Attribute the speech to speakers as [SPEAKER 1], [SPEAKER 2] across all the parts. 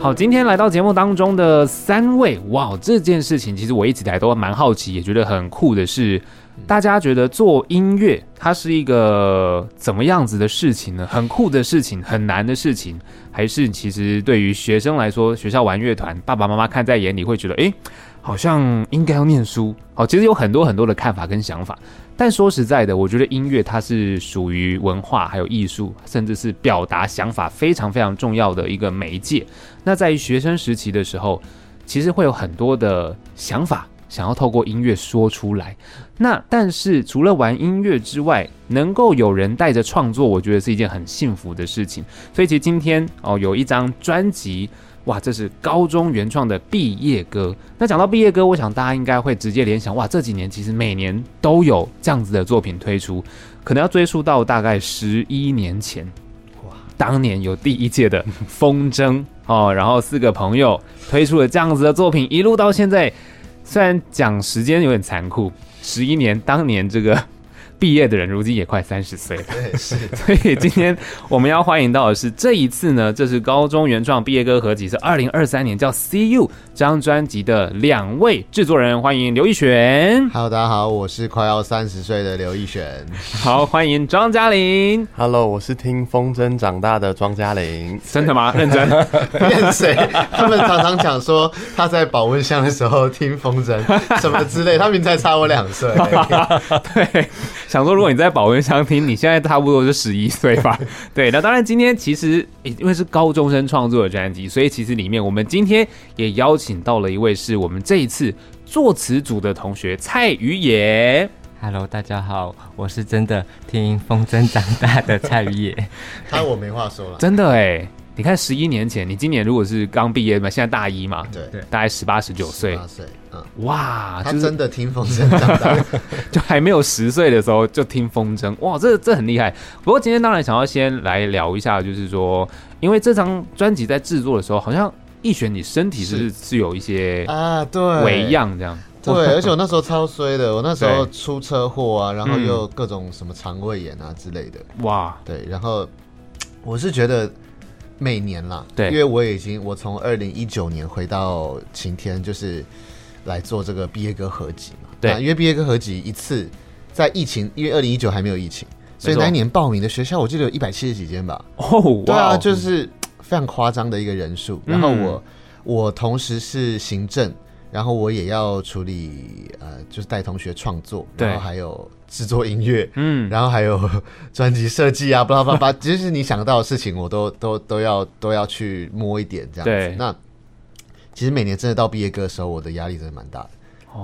[SPEAKER 1] 好，今天来到节目当中的三位，哇，这件事情其实我一直以来都蛮好奇，也觉得很酷的是，大家觉得做音乐它是一个怎么样子的事情呢？很酷的事情，很难的事情，还是其实对于学生来说，学校玩乐团，爸爸妈妈看在眼里，会觉得，诶，好像应该要念书。好，其实有很多很多的看法跟想法。但说实在的，我觉得音乐它是属于文化，还有艺术，甚至是表达想法非常非常重要的一个媒介。那在学生时期的时候，其实会有很多的想法想要透过音乐说出来。那但是除了玩音乐之外，能够有人带着创作，我觉得是一件很幸福的事情。所以其实今天哦，有一张专辑。哇，这是高中原创的毕业歌。那讲到毕业歌，我想大家应该会直接联想，哇，这几年其实每年都有这样子的作品推出，可能要追溯到大概十一年前。当年有第一届的风筝 哦，然后四个朋友推出了这样子的作品，一路到现在，虽然讲时间有点残酷，十一年，当年这个毕业的人如今也快三十岁了，所以今天我们要欢迎到的是这一次呢，这是高中原创毕业歌合集，是二零二三年叫《See You》这张专辑的两位制作人，欢迎刘奕 璇，
[SPEAKER 2] Hello，大家好，我是快要三十岁的刘奕璇。
[SPEAKER 1] 好，欢迎张嘉玲，
[SPEAKER 3] Hello，我是听风筝长大的庄嘉玲。
[SPEAKER 1] 真的吗？认真。
[SPEAKER 2] 骗谁？他们常常讲说他在保温箱的时候听风 筝什么之类，他明明才差我两岁。
[SPEAKER 1] 对， 想说如果你在保温箱听，你现在差不多是十一岁吧？ 对，那当然今天其实诶因为是高中生创作的专辑，所以其实里面我们今天也邀请到了一位是我们这一次作词组的同学蔡宇野。
[SPEAKER 4] Hello，大家好，我是真的听风筝长大的蔡宇 野。
[SPEAKER 2] 他我没话说了。
[SPEAKER 1] 真的哎，你看十一年前，你今年如果是刚毕业嘛，现在大一嘛，
[SPEAKER 2] 对对，
[SPEAKER 1] 大概十八十九岁
[SPEAKER 2] 八，岁，嗯，
[SPEAKER 1] 哇，
[SPEAKER 2] 他
[SPEAKER 1] 啊就是
[SPEAKER 2] 真的听风筝长大。
[SPEAKER 1] 就还没有十岁的时候就听风筝，哇，这这很厉害。不过今天当然想要先来聊一下，就是说，因为这张专辑在制作的时候，好像易璇你身体是是有一些
[SPEAKER 2] 啊，对，
[SPEAKER 1] 微恙这样，
[SPEAKER 2] 对，而且我那时候超衰的，我那时候
[SPEAKER 1] 对嗯
[SPEAKER 2] 出车祸啊，然后又各种什么肠胃炎啊之类的。
[SPEAKER 1] 哇，
[SPEAKER 2] 对，然后我是觉得每年啦，
[SPEAKER 1] 对
[SPEAKER 2] 因为我也已经我从二零一九年回到晴天，就是来做这个毕业歌合集嘛。
[SPEAKER 1] 对
[SPEAKER 2] 那因为毕业歌合集一次在疫情，因为二零一九还没有疫情，所以
[SPEAKER 1] 没错
[SPEAKER 2] 那一年报名的学校我记得有一百七十几间吧。
[SPEAKER 1] 哦，
[SPEAKER 2] 对
[SPEAKER 1] 哇
[SPEAKER 2] 啊，
[SPEAKER 1] 哦，嗯
[SPEAKER 2] 就是非常夸张的一个人数。然后我、我同时是行政，然后我也要处理呃，就是带同学创作，
[SPEAKER 1] 对
[SPEAKER 2] 然后还有制作音乐，
[SPEAKER 1] 嗯，
[SPEAKER 2] 然后还有 专辑设计啊，巴拉巴拉， 其实你想到的事情，我都都都要都要去摸一点这样
[SPEAKER 1] 对
[SPEAKER 2] 子。那其实每年真的到毕业歌的时候，我的压力真的蛮大的。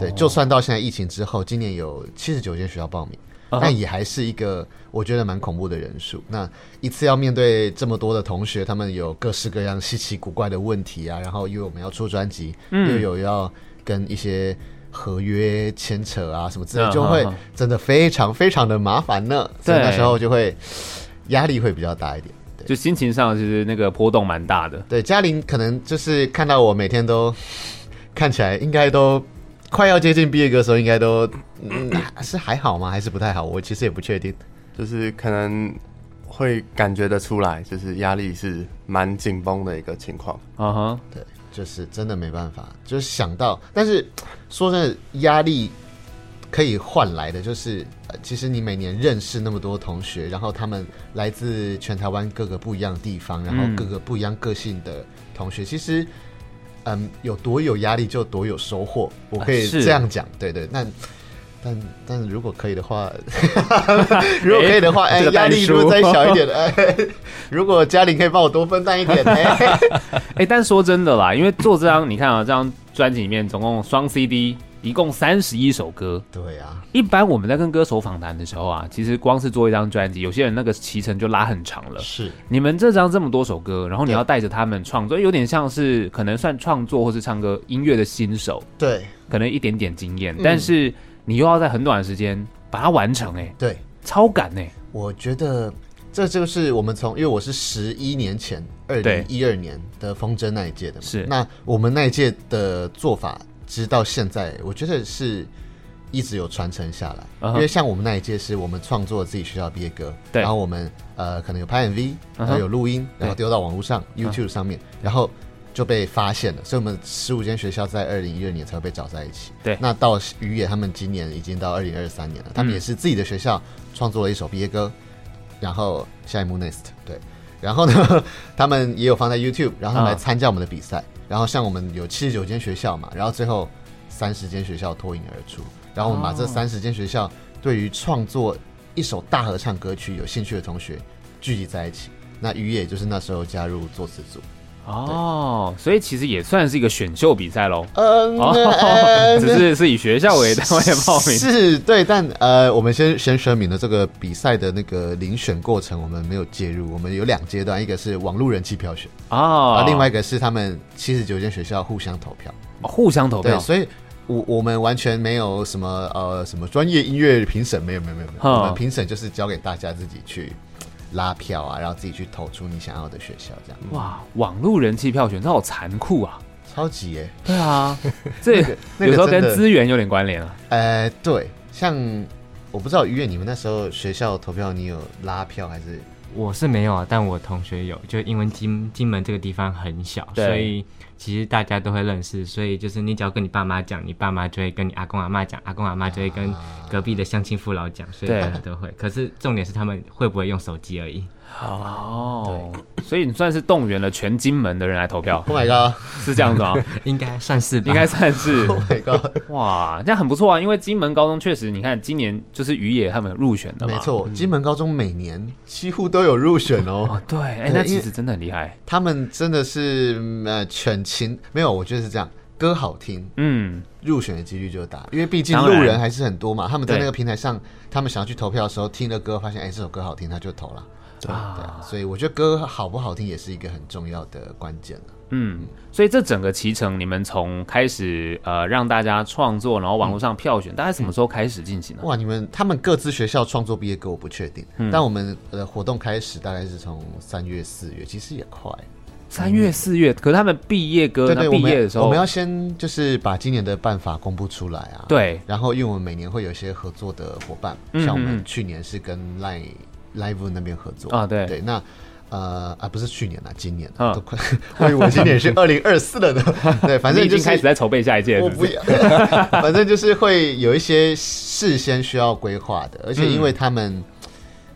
[SPEAKER 2] 对，
[SPEAKER 1] 哦
[SPEAKER 2] 就算到现在疫情之后，今年有七十九间学校报名，
[SPEAKER 1] 啊
[SPEAKER 2] 但也还是一个我觉得蛮恐怖的人数。那一次要面对这么多的同学，他们有各式各样稀奇古怪的问题啊，然后因为我们要出专辑，
[SPEAKER 1] 嗯
[SPEAKER 2] 又有要跟一些合约牵扯啊什么之
[SPEAKER 1] 嗯
[SPEAKER 2] 类，就会
[SPEAKER 1] 嗯嗯
[SPEAKER 2] 真的非常非常的麻烦呢。所以
[SPEAKER 1] 对
[SPEAKER 2] 那时候就会压力会比较大一点。对
[SPEAKER 1] 就心情上其实那个波动蛮大的，
[SPEAKER 2] 对，嘉玲可能就是看到我每天都 看起来应该都快要接近毕业歌的时候，应该都嗯是还好吗？还是不太好？我其实也不确定。
[SPEAKER 3] 就是可能会感觉得出来，就是压力是蛮紧绷的一个情况。
[SPEAKER 1] 啊哈，
[SPEAKER 2] 对，就是真的没办法，就是想到，但是说真的，压力可以换来的就是、呃其实你每年认识那么多同学，然后他们来自全台湾各个不一样的地方，然后
[SPEAKER 1] 嗯
[SPEAKER 2] 各个不一样个性的同学，其实。嗯，有多有压力就多有收获，我可
[SPEAKER 1] 啊
[SPEAKER 2] 以
[SPEAKER 1] 是
[SPEAKER 2] 这样讲，对对。那但但如果可以的 话， 如果可以的话，
[SPEAKER 1] 哎
[SPEAKER 2] 哎、
[SPEAKER 1] 这个
[SPEAKER 2] 压、
[SPEAKER 1] 淡
[SPEAKER 2] 力如果
[SPEAKER 1] 叔
[SPEAKER 2] 再小一 点，哎、 如果嘉玲可以帮我多分担一点， 哎、
[SPEAKER 1] 哎、但说真的啦，因为做这张，你看啊，这张专辑里面总共双 CD，一共三十一首歌，
[SPEAKER 2] 对啊，
[SPEAKER 1] 一般我们在跟歌手访谈的时候啊，其实光是做一张专辑，有些人那个骑程就拉很长了。
[SPEAKER 2] 是
[SPEAKER 1] 你们这张这么多首歌，然后你要带着他们创作，有点像是可能算创作或是唱歌音乐的新手，
[SPEAKER 2] 对
[SPEAKER 1] 可能一点点经
[SPEAKER 2] 嗯
[SPEAKER 1] 验，但是你又要在很短的时间把它完成、哎，
[SPEAKER 2] 对，
[SPEAKER 1] 超赶哎、
[SPEAKER 2] 我觉得这就是我们从，因为我是十一年前，二
[SPEAKER 1] 对
[SPEAKER 2] 零一二年的风筝那一届的嘛，
[SPEAKER 1] 是
[SPEAKER 2] 那我们那一届的做法，直到现在，我觉得是一直有传承下来。
[SPEAKER 1] 嗯哼
[SPEAKER 2] 因为像我们那一届是我们创作自己学校的毕业歌，
[SPEAKER 1] 对
[SPEAKER 2] 然后我们呃可能有拍 MV，
[SPEAKER 1] 嗯哼
[SPEAKER 2] 然后有录音，然后
[SPEAKER 1] 对嗯
[SPEAKER 2] 丢到网络上、YouTube 上面，然后就被发现了，所以我们十五间学校在二零一二年才会被找在一起。
[SPEAKER 1] 对
[SPEAKER 2] 那到于野他们今年已经到二零二三年了，他们也是自己的学校创作了一首毕业歌，然后下一幕 Nest 对，然后呢， 他们也有放在 YouTube，然后他们来
[SPEAKER 1] 啊
[SPEAKER 2] 参加我们的比赛，然后像我们有七十九间学校嘛，然后最后三十间学校脱颖而出，然后我们把这三十间学校对于创作一首大合唱歌曲有兴趣的同学聚集在一起。那于野就是那时候加入作词组，
[SPEAKER 1] 哦，所以其实也算是一个选秀比赛喽。
[SPEAKER 2] 嗯，
[SPEAKER 1] 哦，
[SPEAKER 2] 呃
[SPEAKER 1] 只是是以学校为单位报名。
[SPEAKER 2] 是对，但呃，我们先先声明了这个比赛的那个遴选过程，我们没有介入。我们有两阶段，一个是网络人气票选，啊、
[SPEAKER 1] 哦，
[SPEAKER 2] 另外一个是他们七十九间学校互相投票。
[SPEAKER 1] 哦互相投
[SPEAKER 2] 对，
[SPEAKER 1] 票，
[SPEAKER 2] 所以我我们完全没有什么呃什么专业音乐评审，没有没有没有没有，
[SPEAKER 1] 哦
[SPEAKER 2] 我们评审就是交给大家自己去拉票啊，然后自己去投出你想要的学校，这样
[SPEAKER 1] 哇，网络人气票选，这好残酷啊！
[SPEAKER 2] 超级耶、
[SPEAKER 1] 对啊， 这
[SPEAKER 2] 那个
[SPEAKER 1] 有时候
[SPEAKER 2] 真
[SPEAKER 1] 跟
[SPEAKER 2] 的
[SPEAKER 1] 资源有点关联啊。
[SPEAKER 2] 呃，对，像我不知道于远你们那时候学校投票，你有拉票还是？
[SPEAKER 4] 我是没有啊，但我同学有，就因为金金门这个地方很小，
[SPEAKER 1] 对
[SPEAKER 4] 所以其实大家都会认识，所以就是你只要跟你爸妈讲，你爸妈就会跟你阿公阿妈讲，阿公阿妈就会跟隔壁的乡亲父老讲，所以
[SPEAKER 1] 对
[SPEAKER 4] 大家都会。可是重点是他们会不会用手机而已。
[SPEAKER 1] 哦，所以你算是动员了全金门的人来投 票，
[SPEAKER 2] Oh my god！
[SPEAKER 1] 是这样子吗？
[SPEAKER 4] 应该算是吧，
[SPEAKER 1] 应该算 是
[SPEAKER 2] Oh my god！
[SPEAKER 1] 哇，这样很不错啊！因为金门高中确实，你看今年就是于野他们入选的嘛，嗯
[SPEAKER 2] 没错，金门高中每年几乎都有入选哦
[SPEAKER 1] 哦。，对，哎、
[SPEAKER 2] 对
[SPEAKER 1] 那
[SPEAKER 2] 因
[SPEAKER 1] 其
[SPEAKER 2] 为
[SPEAKER 1] 实真的很厉害。
[SPEAKER 2] 他们真的是嗯呃犬琴没有，我觉得是这样，歌好听，
[SPEAKER 1] 嗯，
[SPEAKER 2] 入选的几率就大，因为毕竟
[SPEAKER 1] 当
[SPEAKER 2] 路
[SPEAKER 1] 然
[SPEAKER 2] 人还是很多嘛。他们在
[SPEAKER 1] 对
[SPEAKER 2] 那个平台上，他们想要去投票的时候，听了歌发现，哎，这首歌好听，他就投了。对对啊，所以我觉得歌好不好听也是一个很重要的关键啊了。
[SPEAKER 1] 嗯，所以这整个骑程，你们从开始呃让大家创作，然后网络上票选，大概什么时候开始进行呢、
[SPEAKER 2] 哇，你们他们各自学校创作毕业歌我不确定，
[SPEAKER 1] 嗯
[SPEAKER 2] 但我们呃活动开始大概是从三月四月，其实也快。
[SPEAKER 1] 三月、四月，可是他们毕业歌，
[SPEAKER 2] 对对，
[SPEAKER 1] 那
[SPEAKER 2] 我
[SPEAKER 1] 毕
[SPEAKER 2] 们
[SPEAKER 1] 业的时候，
[SPEAKER 2] 我们要先就是把今年的办法公布出来啊。。
[SPEAKER 1] 对
[SPEAKER 2] 然后，因为我们每年会有一些合作的伙伴，
[SPEAKER 1] 嗯
[SPEAKER 2] 像
[SPEAKER 1] 嗯
[SPEAKER 2] 我们
[SPEAKER 1] 嗯
[SPEAKER 2] 去年是跟 Live Live 那边合作
[SPEAKER 1] 啊对
[SPEAKER 2] 对，那呃啊不是去年啦，今年啊
[SPEAKER 1] 嗯
[SPEAKER 2] 都快， 我以为今年是 二零二四了呢。对，反
[SPEAKER 1] 你
[SPEAKER 2] 正
[SPEAKER 1] 已
[SPEAKER 2] 就
[SPEAKER 1] 经
[SPEAKER 2] 是
[SPEAKER 1] 开始在筹备下一届
[SPEAKER 2] 我
[SPEAKER 1] 了，是不
[SPEAKER 2] 不
[SPEAKER 1] 是？
[SPEAKER 2] 要， 反正就是会有一些事先需要规划的，而且因为
[SPEAKER 1] 嗯
[SPEAKER 2] 他们，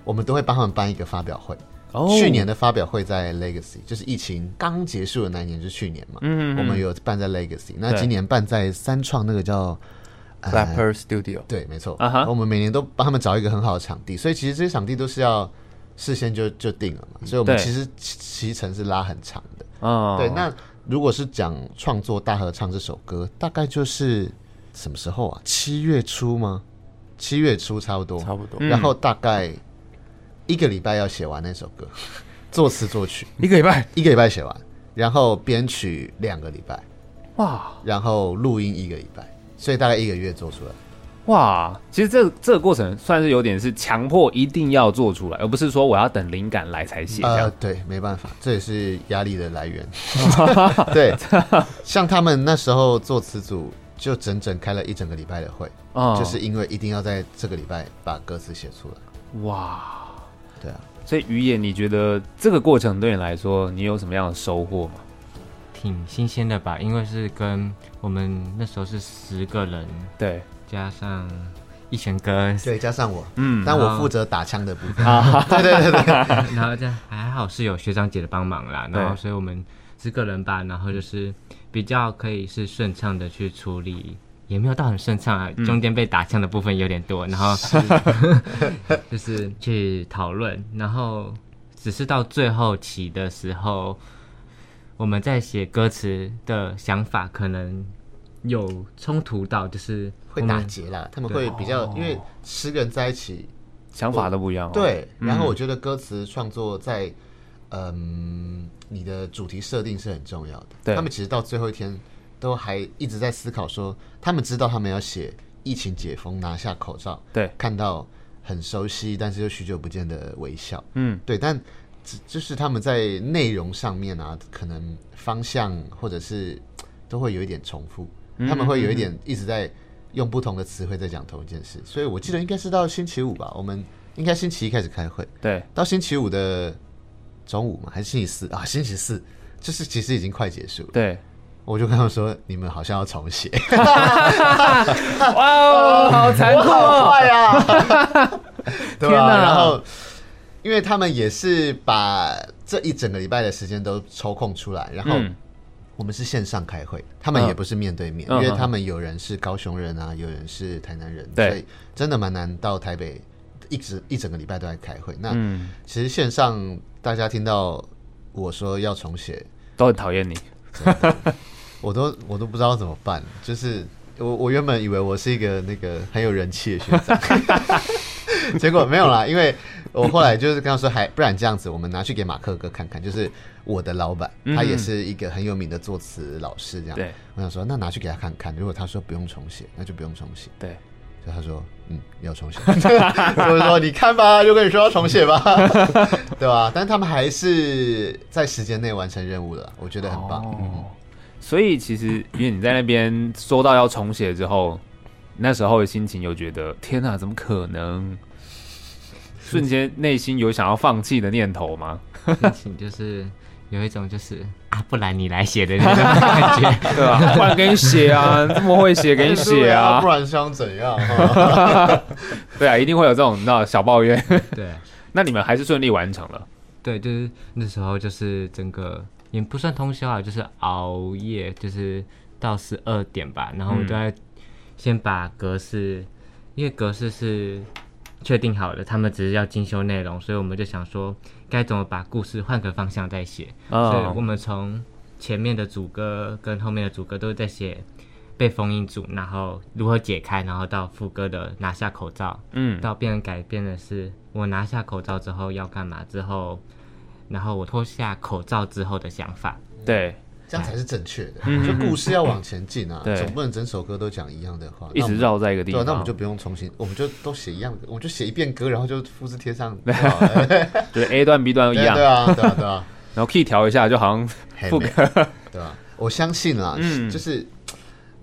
[SPEAKER 2] 我们都会帮他们办一个发表会。
[SPEAKER 1] 哦
[SPEAKER 2] 去年的发表会在 Legacy，就是疫情刚结束的那一年，就是去年嘛。
[SPEAKER 1] 嗯嗯嗯
[SPEAKER 2] 我们有办在 Legacy，那
[SPEAKER 1] 对
[SPEAKER 2] 今年办在三创那个叫。呃
[SPEAKER 3] Clapper Studio，
[SPEAKER 2] 对，没错。
[SPEAKER 1] 啊哈
[SPEAKER 2] 我们每年都帮他们找一个很好的场地，所以其实这些场地都是要事先就就定了嘛。所以我
[SPEAKER 1] 嗯
[SPEAKER 2] 们
[SPEAKER 1] 对
[SPEAKER 2] 其实骑骑程是拉很长的。
[SPEAKER 1] 哦
[SPEAKER 2] 对，那如果是讲创作《大合唱》这首歌，大概就是什么时候啊？七月初吗？七月初差不多，
[SPEAKER 3] 差不多。
[SPEAKER 1] 嗯
[SPEAKER 2] 然后大概一个礼拜要写完那首歌， 作词作曲
[SPEAKER 3] 一个礼拜，
[SPEAKER 2] 一个礼拜写完，然后编曲两个礼拜，
[SPEAKER 1] 哇
[SPEAKER 2] 然后录音一个礼拜，所以大概一个月做出来。
[SPEAKER 1] 哇，其实这这个过程算是有点是强迫一定要做出来，而不是说我要等灵感来才写这
[SPEAKER 2] 呃
[SPEAKER 1] 样。，
[SPEAKER 2] 对，没办法，这也是压力的来源。 对，像他们那时候作词组就整整开了一整个礼拜的会，
[SPEAKER 1] 哦
[SPEAKER 2] 呃就是因为一定要在这个礼拜把歌词写出来。
[SPEAKER 1] 哇，
[SPEAKER 2] 对啊，
[SPEAKER 1] 所以于野，你觉得这个过程对你来说，你有什么样的收获吗？
[SPEAKER 4] 挺新鲜的吧，因为是跟我们那时候是十个人
[SPEAKER 1] 对，
[SPEAKER 4] 加上一拳哥，
[SPEAKER 2] 对，加上我，
[SPEAKER 1] 嗯，
[SPEAKER 2] 但我
[SPEAKER 4] 啊
[SPEAKER 2] 负责打枪的部分。对对对对，
[SPEAKER 4] 然后这样还好是有学长姐的帮忙啦，
[SPEAKER 1] 对
[SPEAKER 4] 然后所以我们十个人吧，然后就是比较可以是顺畅的去处理。也没有到很顺畅啊，中间被打枪的部分有点多，然后 就是去讨论，然后只是到最后期的时候，我们在写歌词的想法可能有冲突到，就是
[SPEAKER 2] 会
[SPEAKER 4] 我们
[SPEAKER 2] 打结啦，他们会比较，因为十个人在一起，
[SPEAKER 1] 想法都不一哦样、哦。
[SPEAKER 2] 对。然后我觉得歌词创作在，嗯，你的主题设定是很重要
[SPEAKER 1] 对
[SPEAKER 2] 的。他们其实到最后一天都还一直在思考说，他们知道他们要写疫情解封，拿下口罩，
[SPEAKER 1] 对，
[SPEAKER 2] 看到很熟悉但是又许久不见的微笑，
[SPEAKER 1] 嗯，
[SPEAKER 2] 对，但只就是他们在内容上面啊，可能方向或者是都会有一点重复，他们会有一点一直在用不同的词汇在讲同一件事，所以我记得应该是到星期五吧，我们应该星期一开始开会，
[SPEAKER 1] 对，
[SPEAKER 2] 到星期五的中午嘛，还是星期四啊？星期四，就是其实已经快结束了。
[SPEAKER 1] 对，
[SPEAKER 2] 我就跟他们说，你们好像要重写，
[SPEAKER 1] 哇哦，好残酷哦！
[SPEAKER 2] 快啊！对
[SPEAKER 1] 天
[SPEAKER 2] 吧、
[SPEAKER 1] 哪
[SPEAKER 2] 然后，因为他们也是把这一整个礼拜的时间都抽空出来，然后
[SPEAKER 1] 嗯
[SPEAKER 2] 我们是线上开会，他们
[SPEAKER 1] 嗯
[SPEAKER 2] 也不是面对面，
[SPEAKER 1] 嗯
[SPEAKER 2] 因为
[SPEAKER 1] 嗯
[SPEAKER 2] 他们有人是高雄人啊，有人是台南人，
[SPEAKER 1] 对
[SPEAKER 2] 所以真的蛮难到台北，一直一整个礼拜都在开会。那、
[SPEAKER 1] 嗯，
[SPEAKER 2] 其实线上大家听到我说要重写，
[SPEAKER 1] 都很讨厌你。
[SPEAKER 2] 我都我都不知道怎么办，就是我我原本以为我是一个那个很有人气的学长， 结果没有啦，因为我后来就是跟他说还，不然这样子，我们拿去给马克哥看看，就是我的老板，
[SPEAKER 1] 嗯
[SPEAKER 2] 他也是一个很有名的作词老师，这样，
[SPEAKER 1] 对
[SPEAKER 2] 我想说那拿去给他看看，如果他说不用重写，那就不用重写，
[SPEAKER 1] 对，
[SPEAKER 2] 就他说嗯要 重写，就是说你看吧，就跟你说要重写吧， 对吧？但是他们还是在时间内完成任务了，我觉得很棒。嗯
[SPEAKER 1] 哦，所以其实因为你在那边说到要重写之后，那时候的心情有觉得天啊哪、怎么可能？瞬间内心有想要放弃的念头吗？
[SPEAKER 4] 心情就是有一种就是啊，不然你来写的那种感 觉。
[SPEAKER 1] 对啊，不然给你写 啊，这么会写给你写
[SPEAKER 2] 对
[SPEAKER 1] 啊
[SPEAKER 2] 不，然想怎样？ 哈
[SPEAKER 1] 对啊，一定会有这种那小抱怨。
[SPEAKER 4] 对
[SPEAKER 1] 那你们还是顺利完成了，
[SPEAKER 4] 对，就是那时候就是整个也不算通宵啊，就是熬夜，就是到十二点吧，然后我
[SPEAKER 1] 嗯
[SPEAKER 4] 就要先把格式，因为格式是确定好的，他们只是要精修内容，所以我们就想说该怎么把故事换个方向再写。所以我
[SPEAKER 1] 嗯，
[SPEAKER 4] 们从前面的主歌跟后面的主歌都在写被封印住，然后如何解开，然后到副歌的拿下口罩，
[SPEAKER 1] 嗯，
[SPEAKER 4] 到变改变的是我拿下口罩之后要干嘛，之后，然后我脱下口罩之后的想法。
[SPEAKER 1] 对，
[SPEAKER 2] 这样才是正确的。就故事要往前进啊，
[SPEAKER 1] 嗯对
[SPEAKER 2] 总不能整首歌都讲一样的话，
[SPEAKER 1] 一直
[SPEAKER 2] 那我们。
[SPEAKER 1] 绕在一个地
[SPEAKER 2] 对啊，
[SPEAKER 1] 方，
[SPEAKER 2] 那我们就不用重新，我们就都写一样的，我们就写一遍歌，然后就复制贴上，就好了
[SPEAKER 1] 就是 A 段 B 段都一
[SPEAKER 2] 对
[SPEAKER 1] 样，
[SPEAKER 2] 对
[SPEAKER 1] 然
[SPEAKER 2] 啊，对啊，对啊，
[SPEAKER 1] 后 key 调一下，就好像
[SPEAKER 2] 嘿
[SPEAKER 1] 副
[SPEAKER 2] 没
[SPEAKER 1] 歌，
[SPEAKER 2] 对啊，我相信啊，
[SPEAKER 1] 嗯
[SPEAKER 2] 就是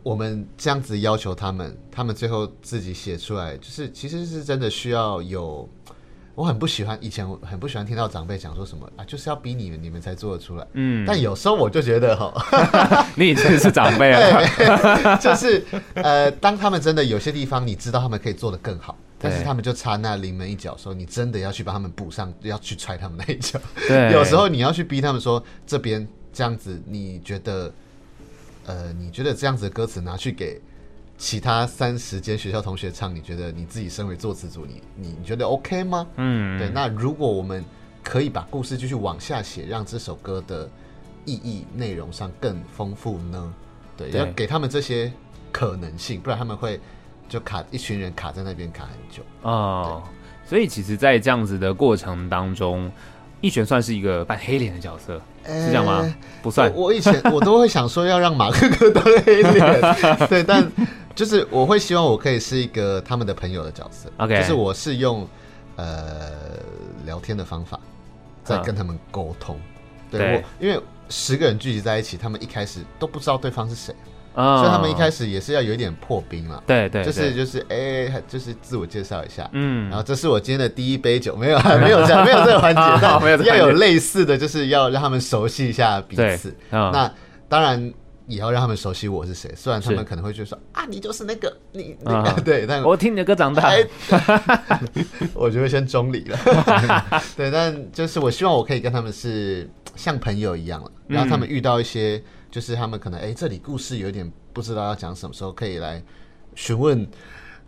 [SPEAKER 2] 我们这样子要求他们，他们最后自己写出来，就是其实是真的需要有。我很不喜欢，以前我很不喜欢听到长辈讲说什么啊，就是要逼你们，你们才做得出来。
[SPEAKER 1] 嗯，
[SPEAKER 2] 但有时候我就觉得哈，
[SPEAKER 1] 你已经是长辈了，
[SPEAKER 2] 就是呃，当他们真的有些地方，你知道他们可以做得更好，但是
[SPEAKER 1] 对
[SPEAKER 2] 他们就差那临门一脚，说你真的要去帮他们补上，要去踹他们那一脚。
[SPEAKER 1] 对，
[SPEAKER 2] 有时候你要去逼他们说，这边这样子，你觉得，呃，你觉得这样子的歌词拿去给其他三十间学校同学唱，你觉得你自己身为作词组，你你你觉得 OK 吗？
[SPEAKER 1] 嗯，
[SPEAKER 2] 对，那如果我们可以把故事继续往下写，让这首歌的意义内容上更丰富呢？对，
[SPEAKER 1] 对
[SPEAKER 2] 要给他们这些可能性，不然他们会就卡一群人卡在那边卡很久。
[SPEAKER 1] 哦，所以其实，在这样子的过程当中，一拳算是一个扮黑脸的角色，是这样吗
[SPEAKER 2] 呃？
[SPEAKER 1] 不算
[SPEAKER 2] 我我以前我都会想说要让马克哥当黑脸， 对，但就是我会希望我可以是一个他们的朋友的角色
[SPEAKER 1] OK
[SPEAKER 2] 就是我是用呃聊天的方法在跟他们沟通。
[SPEAKER 1] 嗯
[SPEAKER 2] 对
[SPEAKER 1] 对
[SPEAKER 2] 我，因为十个人聚集在一起，他们一开始都不知道对方是谁，
[SPEAKER 1] 啊
[SPEAKER 2] 所以他们一开
[SPEAKER 1] 始
[SPEAKER 2] 始也是要有一点破冰啦，
[SPEAKER 1] 对对，
[SPEAKER 2] 就是
[SPEAKER 1] 对
[SPEAKER 2] 就是哎、就是自我介绍一下，
[SPEAKER 1] 嗯
[SPEAKER 2] 然后这是我今天的第一杯酒，没有啊 没有这样没有这个环节
[SPEAKER 1] 好，
[SPEAKER 2] 但
[SPEAKER 1] 没有这个
[SPEAKER 2] 要
[SPEAKER 1] 环节
[SPEAKER 2] 有类似的，就是要让他们熟悉一下彼
[SPEAKER 1] 对
[SPEAKER 2] 此。
[SPEAKER 1] 嗯
[SPEAKER 2] 那当然也要让他们熟悉我是谁，虽然他
[SPEAKER 1] 是
[SPEAKER 2] 们可能会觉得说啊，你就是那个你那
[SPEAKER 1] 啊
[SPEAKER 2] 个 对，但
[SPEAKER 1] 我听你的歌长大，
[SPEAKER 2] 哎，我就会先中理了。对，但就是我希望我可以跟他们是像朋友一样了，
[SPEAKER 1] 嗯
[SPEAKER 2] 嗯然后他们遇到一些就是他们可能哎、这里故事有点不知道要讲什么时候，可以来询问。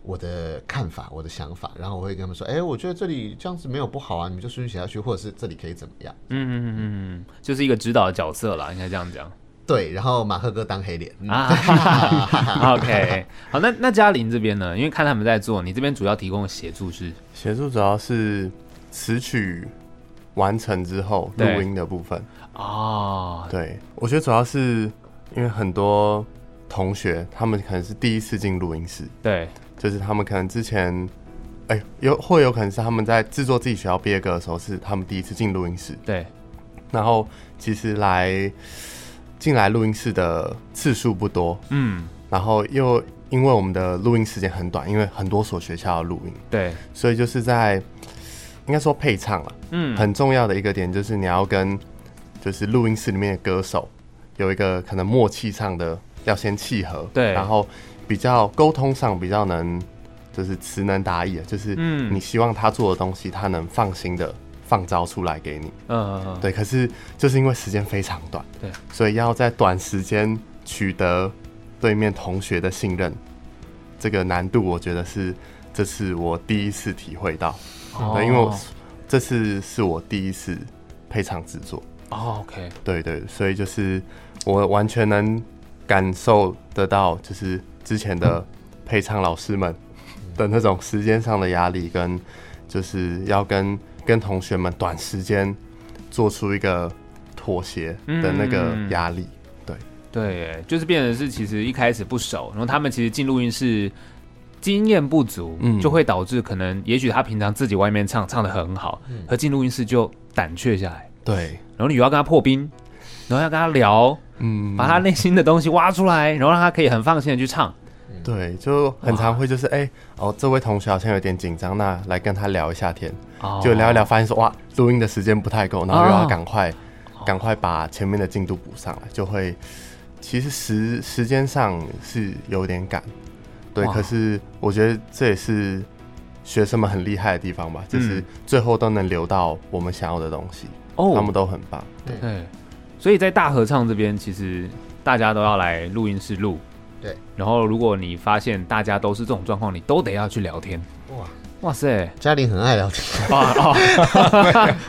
[SPEAKER 2] 我的看法，我的想法，然后我会跟他们说，哎、我觉得这里这样子没有不好啊，你们就顺续写下去，或者是这里可以怎么样？
[SPEAKER 1] 嗯嗯嗯嗯，就是一个指导的角色啦，应该这样讲
[SPEAKER 2] 对，然后马赫哥当黑脸，嗯
[SPEAKER 1] 啊。OK，好，啊 那那嘉玲这边呢？因为看他们在做，你这边主要提供的协助是，
[SPEAKER 3] 协助主要是词曲完成之后录
[SPEAKER 1] 对
[SPEAKER 3] 音的部分。
[SPEAKER 1] 哦，
[SPEAKER 3] 对，我觉得主要是因为很多同学他们可能是第一次进录音室，
[SPEAKER 1] 对，
[SPEAKER 3] 就是他们可能之前，哎、有或有可能是他们在制作自己学校毕业歌的时候是他们第一次进录音室，
[SPEAKER 1] 对，
[SPEAKER 3] 然后其实来进来录音室的次数不多，
[SPEAKER 1] 嗯，
[SPEAKER 3] 然后又因为我们的录音时间很短，因为很多所学校要录音，
[SPEAKER 1] 对，
[SPEAKER 3] 所以就是在应该说配唱了。啊
[SPEAKER 1] 嗯，
[SPEAKER 3] 很重要的一个点就是你要跟就是录音室里面的歌手有一个可能默契上的要先契合，
[SPEAKER 1] 对
[SPEAKER 3] 然后比较沟通上比较能就是词能达意，就是
[SPEAKER 1] 嗯
[SPEAKER 3] 你希望他做的东西，他能放心的放招出来给你。
[SPEAKER 1] 呃，
[SPEAKER 3] 对，可是就是因为时间非常短，
[SPEAKER 1] 对，
[SPEAKER 3] 所以要在短时间取得对面同学的信任，这个难度我觉得是这次我第一次体会到。
[SPEAKER 1] 哦
[SPEAKER 3] 对，因为我这次是我第一次配唱制作，
[SPEAKER 1] 哦，OK，
[SPEAKER 3] 对对，所以就是我完全能感受得到，就是之前的配唱老师们的那种时间上的压力，跟就是要跟跟同学们短时间做出一个妥协的那个压力。
[SPEAKER 1] 对耶，就是变成是其实一开始不熟，然后他们其实进录音室经验不足，
[SPEAKER 3] 嗯
[SPEAKER 1] 就会导致可能也许他平常自己外面唱唱的很好，可进录音室就胆怯下来，
[SPEAKER 3] 对，
[SPEAKER 1] 然后你又要跟他破冰，然后要跟他聊，
[SPEAKER 3] 嗯
[SPEAKER 1] 把他内心的东西挖出来，然后让他可以很放心的去唱。
[SPEAKER 3] 嗯对，就很常会就是哎、哦，这位同学好像有点紧张，那来跟他聊一下天。
[SPEAKER 1] 哦
[SPEAKER 3] 就聊一聊，发现说哇，录音的时间不太够，然后又
[SPEAKER 1] 哦
[SPEAKER 3] 要赶快赶、快把前面的进度补上来，就会其实时时间上是有点赶，对，
[SPEAKER 1] 哇
[SPEAKER 3] 可是我觉得这也是学生们很厉害的地方吧，就是
[SPEAKER 1] 嗯
[SPEAKER 3] 最后都能留到我们想要的东西，他们
[SPEAKER 1] 哦，
[SPEAKER 3] 都很棒，
[SPEAKER 1] 对，所以在大合唱这边，其实大家都要来录音室录。
[SPEAKER 2] 对，
[SPEAKER 1] 然后如果你发现大家都是这种状况，你都得要去聊天。
[SPEAKER 2] 哇，
[SPEAKER 1] 哇塞，
[SPEAKER 2] 嘉玲很爱聊天，
[SPEAKER 1] 哇 哦，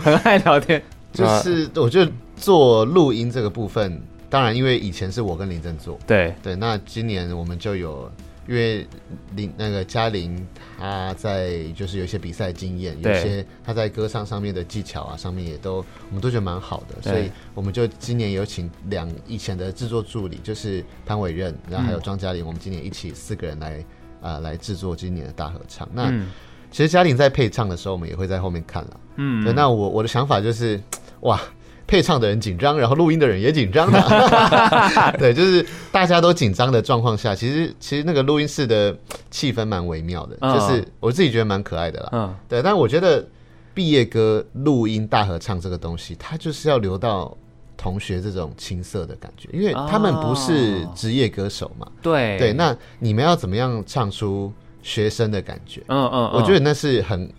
[SPEAKER 1] 很爱聊天。
[SPEAKER 2] 就是我觉得做录音这个部分，当然因为以前是我跟林正做，
[SPEAKER 1] 对，
[SPEAKER 2] 对，那今年我们就有，因为林那个嘉玲她在就是有一些比赛经验，有
[SPEAKER 1] 对
[SPEAKER 2] 一些她在歌唱上面的技巧啊，上面也都我们都觉得蛮好的，
[SPEAKER 1] 对
[SPEAKER 2] 所以我们就今年有请两以前的制作助理，就是潘伟任，然
[SPEAKER 1] 嗯
[SPEAKER 2] 后还有庄嘉玲，我们今年一起四个人来啊、来制作今年的大合唱。那、
[SPEAKER 1] 嗯
[SPEAKER 2] 其实嘉玲在配唱的时候，我们也会在后面看了。
[SPEAKER 1] 嗯
[SPEAKER 2] 对，那我我的想法就是，哇，配唱的人紧张，然后录音的人也紧张、啊 对，就是大家都紧张的状况下，其实其实那个录音室的气氛蛮微妙的，
[SPEAKER 1] 嗯
[SPEAKER 2] 就是我自己觉得蛮可爱的啦。
[SPEAKER 1] 嗯，
[SPEAKER 2] 对，但我觉得毕业歌录音大合唱这个东西，它就是要留到。同学这种青涩的感觉，因为他们不是
[SPEAKER 1] 哦
[SPEAKER 2] 职业歌手嘛，
[SPEAKER 1] 对
[SPEAKER 2] 对，那你们要怎么样唱出学生的感觉？
[SPEAKER 1] 嗯嗯，
[SPEAKER 2] 我觉
[SPEAKER 1] 得
[SPEAKER 2] 得那是很，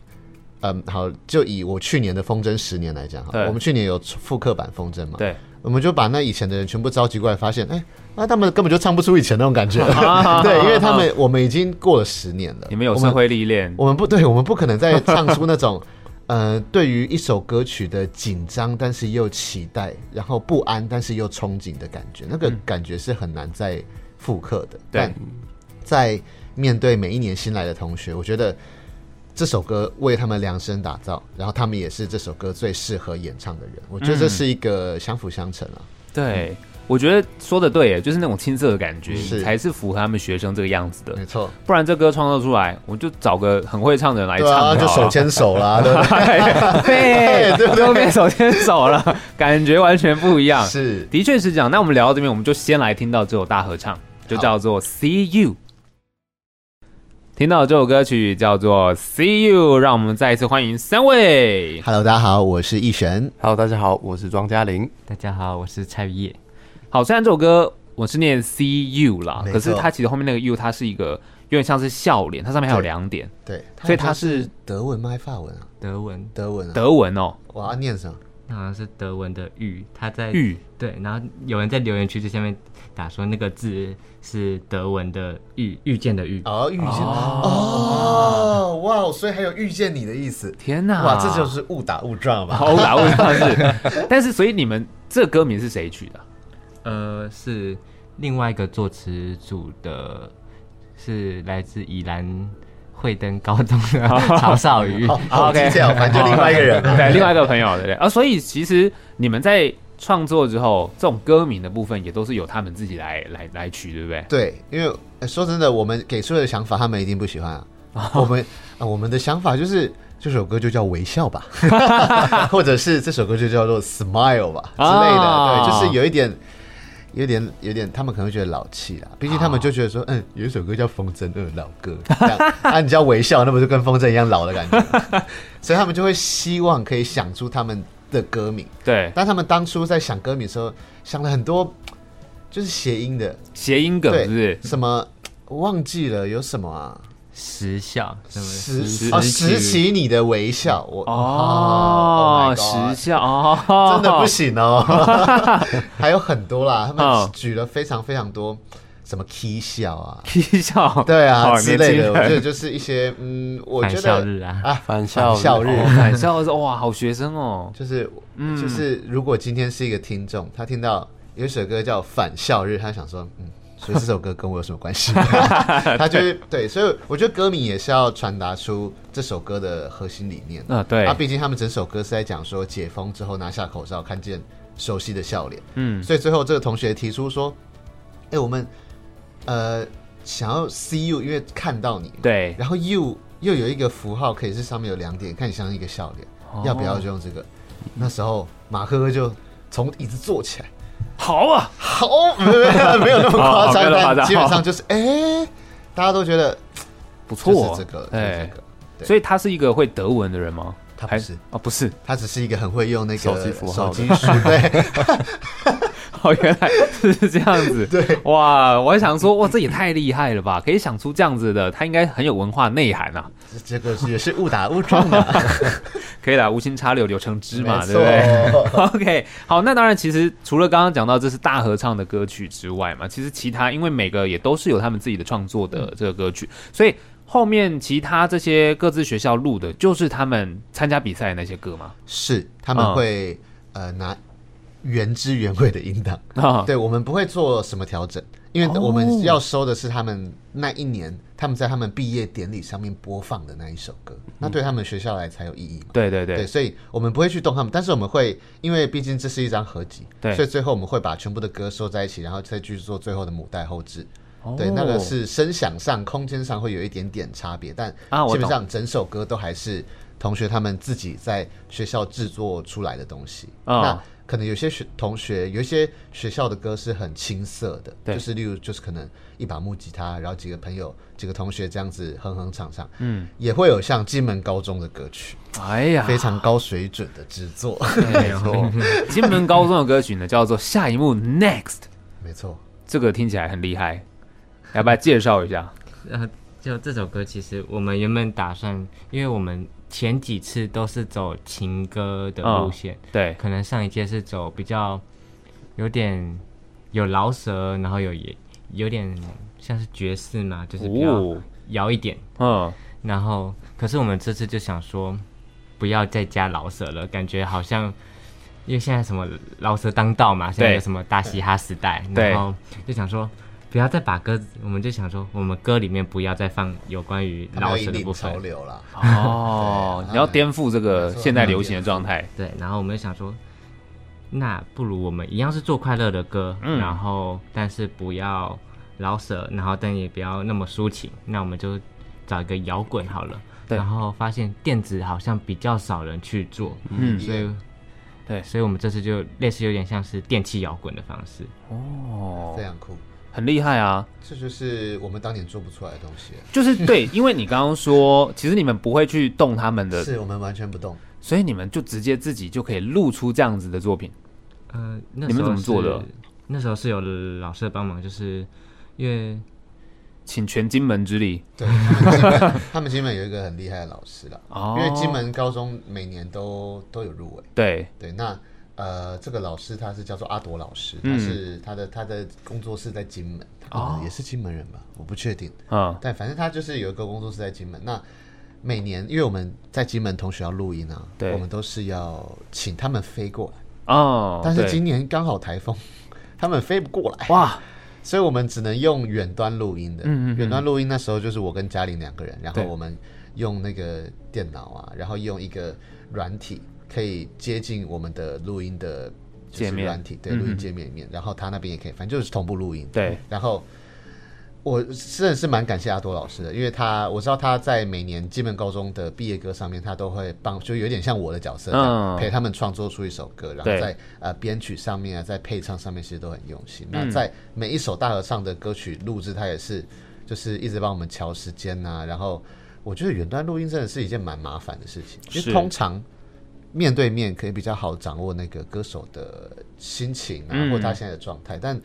[SPEAKER 2] 嗯，好，就以我去年的风筝十年来讲哈
[SPEAKER 1] 对，
[SPEAKER 2] 我们去年有复刻版风筝嘛，
[SPEAKER 1] 对，
[SPEAKER 2] 我们就把那以前的人全部召集过来，发现，哎，那、他们根本就唱不出以前那种 感觉， 对，因为他们我们已经过了十年了，
[SPEAKER 1] 哦你们有
[SPEAKER 2] 我
[SPEAKER 1] 社
[SPEAKER 2] 们
[SPEAKER 1] 会历练，
[SPEAKER 2] 我们不 对，我们不可能再唱出那种。 呃，对于一首歌曲的紧张，但是又期待，然后不安，但是又憧憬的感觉，那个感觉是很难再复刻的。
[SPEAKER 1] 嗯对
[SPEAKER 2] 但在面对每一年新来的同学，我觉得这首歌为他们量身打造，然后他们也是这首歌最适合演唱的人。我觉得这是一个相辅相成啊。
[SPEAKER 1] 对。我觉得说的对耶，就是那种青涩的感觉，
[SPEAKER 2] 是嗯
[SPEAKER 1] 才是符合他们学生这个样子的。
[SPEAKER 2] 没错，
[SPEAKER 1] 不然这歌创作出来，我就找个很会唱的人来
[SPEAKER 2] 对
[SPEAKER 1] 唱
[SPEAKER 2] 啊，
[SPEAKER 1] 好了，
[SPEAKER 2] 就手牵手啦，对不对？
[SPEAKER 1] 对，对，都变手牵手了，感觉完全不一样。
[SPEAKER 2] 是。
[SPEAKER 1] 的确是这样。那我们聊到这边，我们就先来听到这首大合唱，就叫做《See You》。听到这首歌曲叫做《See You》，让我们再一次欢迎三位。
[SPEAKER 2] Hello，大家好，我是逸璇。
[SPEAKER 3] Hello，大家好，我是庄嘉玲，
[SPEAKER 4] 大家好，我是蔡宇业，
[SPEAKER 1] 好，虽然这首歌我是念 “See You” 啦，
[SPEAKER 2] 没错
[SPEAKER 1] 可是它其实后面那个 “You” 它是一个有点像是笑脸，它上面还有两点
[SPEAKER 2] 对，
[SPEAKER 1] 所以他
[SPEAKER 2] 好像
[SPEAKER 1] 是
[SPEAKER 2] 德文吗？还是法文啊？
[SPEAKER 4] 德文，
[SPEAKER 2] 德文啊，
[SPEAKER 1] 德文哦，
[SPEAKER 2] 我要念什么？
[SPEAKER 4] 那好像是德文的玉，他在
[SPEAKER 1] 玉
[SPEAKER 4] 对，然后有人在留言区这下面打说那个字是德文的遇遇见的遇，
[SPEAKER 2] 哦，遇见哦，哇，所以还有遇见你的意思，
[SPEAKER 1] 天哪，
[SPEAKER 2] 哇，这就是误打误撞吧？
[SPEAKER 1] 好打误像是。但是，所以你们这歌名是谁取的啊？
[SPEAKER 4] 呃，是另外一个作词组的，是来自宜兰惠登高中的 曹少宇。
[SPEAKER 2] 好好
[SPEAKER 1] OK
[SPEAKER 2] 低调，反正就另外一 个 人
[SPEAKER 1] 对，另外一个朋友，对不对？啊，所以其实你们在创作之后，这种歌名的部分也都是由他们自己来来来取，对不对？
[SPEAKER 2] 对，因为呃说真的，我们给出的想法，他们一定不喜欢啊。我们啊，我们的想法就是这首歌就叫微笑吧，或者是这首歌就叫做 Smile 吧之类
[SPEAKER 1] 啊
[SPEAKER 2] 的，对，就是有一点。有点有点，他们可能会觉得老气啦，毕竟他们就觉得说，嗯，有一首歌叫《风筝二老歌》，这样 啊，你叫微笑，那不是跟风筝一样老的感觉？所以他们就会希望可以想出他们的歌名，
[SPEAKER 1] 对，
[SPEAKER 2] 但他们当初在想歌名的时候，想了很多就是谐音的，
[SPEAKER 1] 谐音梗
[SPEAKER 2] 对
[SPEAKER 1] 是不是？
[SPEAKER 2] 什么我忘记了有什么啊？
[SPEAKER 4] 时效什么？
[SPEAKER 2] 拾
[SPEAKER 3] 拾
[SPEAKER 2] 哦，
[SPEAKER 3] 起
[SPEAKER 2] 拾起你的微笑，我
[SPEAKER 1] 哦，
[SPEAKER 2] oh my God
[SPEAKER 1] 时效哦，
[SPEAKER 2] 真的不行 哦，还有很多啦，他们
[SPEAKER 1] 嗯
[SPEAKER 2] 举了非常非常多什么 K 笑啊，
[SPEAKER 1] 啼笑，
[SPEAKER 2] 对啊
[SPEAKER 1] 哦好
[SPEAKER 2] 之类的，
[SPEAKER 1] 哦年轻人
[SPEAKER 2] 我觉得就是一些嗯，我觉
[SPEAKER 4] 返校
[SPEAKER 2] 得
[SPEAKER 4] 日啊，
[SPEAKER 2] 啊，
[SPEAKER 3] 返校
[SPEAKER 2] 返校日
[SPEAKER 3] 哦
[SPEAKER 1] 反校是哇，好学生哦，
[SPEAKER 2] 就是
[SPEAKER 1] 嗯
[SPEAKER 2] 就是，如果今天是一个听众，他听到有一首歌叫《返校日》，他想说，嗯，所以这首歌跟我有什么 关系？他就会对，所以我觉得歌名也是要传达出这首歌的核心理念。
[SPEAKER 1] 嗯，对
[SPEAKER 2] 啊，，毕竟他们整首歌是在讲说解封之后拿下口罩，看见熟悉的笑脸，
[SPEAKER 1] 嗯，
[SPEAKER 2] 所以最后这个同学提出说，哎、我们呃想要 see you，因为看到你嘛，
[SPEAKER 1] 对，
[SPEAKER 2] 然后 you 又有一个符号可以是上面有两点，看你像一个笑脸，
[SPEAKER 1] 哦嗯
[SPEAKER 2] 要不要就用这个？那时候马克哥就从椅子坐起来，
[SPEAKER 1] 好啊，
[SPEAKER 2] 好，没有没有那么 夸
[SPEAKER 1] 哦
[SPEAKER 2] 张，
[SPEAKER 1] 没有那么夸张
[SPEAKER 2] 但基本上就是哎、大家都觉得
[SPEAKER 1] 不
[SPEAKER 2] 就是
[SPEAKER 1] 错，
[SPEAKER 2] 这个，就是
[SPEAKER 1] 哎
[SPEAKER 2] 这，个，对
[SPEAKER 1] 所以他是一个会德文的人吗？
[SPEAKER 2] 他不
[SPEAKER 1] 还
[SPEAKER 2] 是
[SPEAKER 1] 哦，不是，
[SPEAKER 2] 他只是一个很会用那个
[SPEAKER 3] 手机符号
[SPEAKER 2] 手
[SPEAKER 3] 的
[SPEAKER 2] 机 书，对
[SPEAKER 1] 哦，原来是这样子，
[SPEAKER 2] 对。
[SPEAKER 1] 哇，我还想说，哇，这也太厉害了吧！可以想出这样子的，他应该很有文化内涵啊。
[SPEAKER 2] 这个是也是误打误 撞的，
[SPEAKER 1] 可以啦，无心插柳柳成枝嘛，对
[SPEAKER 2] 没
[SPEAKER 1] 不对
[SPEAKER 2] 错
[SPEAKER 1] ？OK，好，那当然，其实除了刚刚讲到这是大合唱的歌曲之外嘛，其实其他因为每个也都是有他们自己的创作
[SPEAKER 2] 嗯
[SPEAKER 1] 的这个歌曲，所以后面其他这些各自学校录的，就是他们参加比赛的那些歌嘛。
[SPEAKER 2] 是他
[SPEAKER 1] 嗯
[SPEAKER 2] 们会、呃拿原汁原味的音档，
[SPEAKER 1] 啊，
[SPEAKER 2] 对我们不会做什么调整，因为
[SPEAKER 1] 哦
[SPEAKER 2] 我们要收的是他们那一年他们在他们毕业典礼上面播放的那一首歌，那对他们学校来才有意义嘛。
[SPEAKER 1] 对对对，
[SPEAKER 2] 所以我们不会去动他们，但是我们会，因为毕竟这是一张合集，
[SPEAKER 1] 对
[SPEAKER 2] 所以最后我们会把全部的歌收在一起，然后再去做最后的母带后置。
[SPEAKER 1] 哦
[SPEAKER 2] 对，那个是声响上、空间上会有一点点差别，但
[SPEAKER 1] 啊我
[SPEAKER 2] 基
[SPEAKER 1] 懂
[SPEAKER 2] 本上整首歌都还是同学他们自己在学校制作出来的东西。
[SPEAKER 1] 哦
[SPEAKER 2] 那可能有些学同学，有一些学校的歌是很青涩的，
[SPEAKER 1] 对
[SPEAKER 2] 就是例如就是可能一把木吉他，然后几个朋友、几个同学这样子哼哼唱唱，
[SPEAKER 1] 嗯，
[SPEAKER 2] 也会有像金门高中的歌曲，
[SPEAKER 1] 哎
[SPEAKER 4] 啊
[SPEAKER 1] 呀，
[SPEAKER 2] 非常高水准的制 作，
[SPEAKER 3] 没错，
[SPEAKER 1] 金门高中的歌曲呢，叫做《下一幕 Next》，
[SPEAKER 2] 没错。
[SPEAKER 1] 这个听起来很厉害，要不要介绍一下？
[SPEAKER 4] 然后就这首歌，其实我们原本打算，因为我们前几次都是走情歌的路线，
[SPEAKER 1] 嗯
[SPEAKER 2] 哦
[SPEAKER 1] 对，
[SPEAKER 4] 可能上一届是走比较有点有饶舌，然后有也有点像是爵士嘛，就是比较
[SPEAKER 1] 哦，
[SPEAKER 4] 摇一点。
[SPEAKER 1] 嗯，
[SPEAKER 4] 然后，可是我们这次就想说，不要再加老舍了，感觉好像，因为现在什么老舍当道嘛，现在有什么大嘻哈时代，
[SPEAKER 1] 对
[SPEAKER 4] 然后就想说，不要再把歌，我们就想说，我们歌里面不要再放有关于
[SPEAKER 2] 他们要
[SPEAKER 4] 老
[SPEAKER 2] 引
[SPEAKER 4] 舍的部
[SPEAKER 2] 领潮
[SPEAKER 4] 分，
[SPEAKER 2] 流啦，
[SPEAKER 1] 哦，你要颠覆这个现在流行的状态，
[SPEAKER 4] 对，然后我们就想说，那不如我们一样是做快乐的歌，
[SPEAKER 1] 嗯
[SPEAKER 4] 然后但是不要老舍，然后但也不要那么抒情，那我们就找一个摇滚好了。
[SPEAKER 1] 对
[SPEAKER 4] 然后发现电子好像比较少人去做，
[SPEAKER 1] 嗯，
[SPEAKER 4] 所以
[SPEAKER 1] 对
[SPEAKER 4] 所以我们这次就类似有点像是电器摇滚的方式，
[SPEAKER 1] 哦
[SPEAKER 2] 非，常酷。
[SPEAKER 1] 很厉害啊，
[SPEAKER 2] 这就是我们当年做不出来的东 西，
[SPEAKER 1] 就是对，因为你刚刚说，其实你们不会去动他们的，
[SPEAKER 2] 是我们完全不动。
[SPEAKER 1] 所以你们就直接自己就可以录出这样子的作品，
[SPEAKER 4] 呃，那
[SPEAKER 1] 你们
[SPEAKER 4] 时候
[SPEAKER 1] 怎么做
[SPEAKER 4] 是
[SPEAKER 1] 的？
[SPEAKER 4] 那时候是有老师的帮忙，就是因为
[SPEAKER 1] 请全金门之力
[SPEAKER 2] 对，他们金门他们金门有一个很厉害的老师啦，
[SPEAKER 1] 哦，
[SPEAKER 2] 因为金门高中每年都都有入围。
[SPEAKER 1] 对，
[SPEAKER 2] 对，那呃，这个老师他是叫做阿朵老师，
[SPEAKER 1] 嗯
[SPEAKER 2] 他是他的他的工作室在金门，他可
[SPEAKER 4] 哦
[SPEAKER 2] 能也是金门人吧，我不确定。
[SPEAKER 1] 嗯，
[SPEAKER 2] 但反正他就是有一个工作室在金门。那每年因为我们在金门同学要录音啊，
[SPEAKER 1] 对
[SPEAKER 2] 我们都是要请他们飞过来，
[SPEAKER 1] 哦，
[SPEAKER 2] 但是
[SPEAKER 1] 对
[SPEAKER 2] 今年刚好台风， 他们飞不过来。
[SPEAKER 1] 哇，
[SPEAKER 2] 所以我们只能用远端录音的。
[SPEAKER 1] 嗯嗯嗯
[SPEAKER 2] 远端录音那时候就是我跟嘉玲两个人，然后
[SPEAKER 1] 对
[SPEAKER 2] 我们用那个电脑啊，然后用一个软体可以接近我们的录音的就是
[SPEAKER 1] 界面
[SPEAKER 2] 软体对
[SPEAKER 1] 嗯嗯
[SPEAKER 2] 录音界面里面，然后他那边也可以，反正就是同步录音。
[SPEAKER 1] 对，
[SPEAKER 2] 然后。我真的是蛮感谢阿多老师的，因为他我知道他在每年金门高中的毕业歌上面，他都会帮，就有点像我的角色这样，
[SPEAKER 1] 嗯
[SPEAKER 2] 陪他们创作出一首歌，然后
[SPEAKER 1] 对
[SPEAKER 2] 在呃编曲上面啊，在配唱上面其实都很用心。那
[SPEAKER 1] 嗯
[SPEAKER 2] 在每一首大合唱的歌曲录制，他也是就是一直帮我们调时啊间呐、然后我觉得远端录音真的是一件蛮麻烦的事情，因
[SPEAKER 1] 是
[SPEAKER 2] 为通常面对面可以比较好掌握那个歌手的心情啊，
[SPEAKER 1] 嗯
[SPEAKER 2] 或他现在的状态。但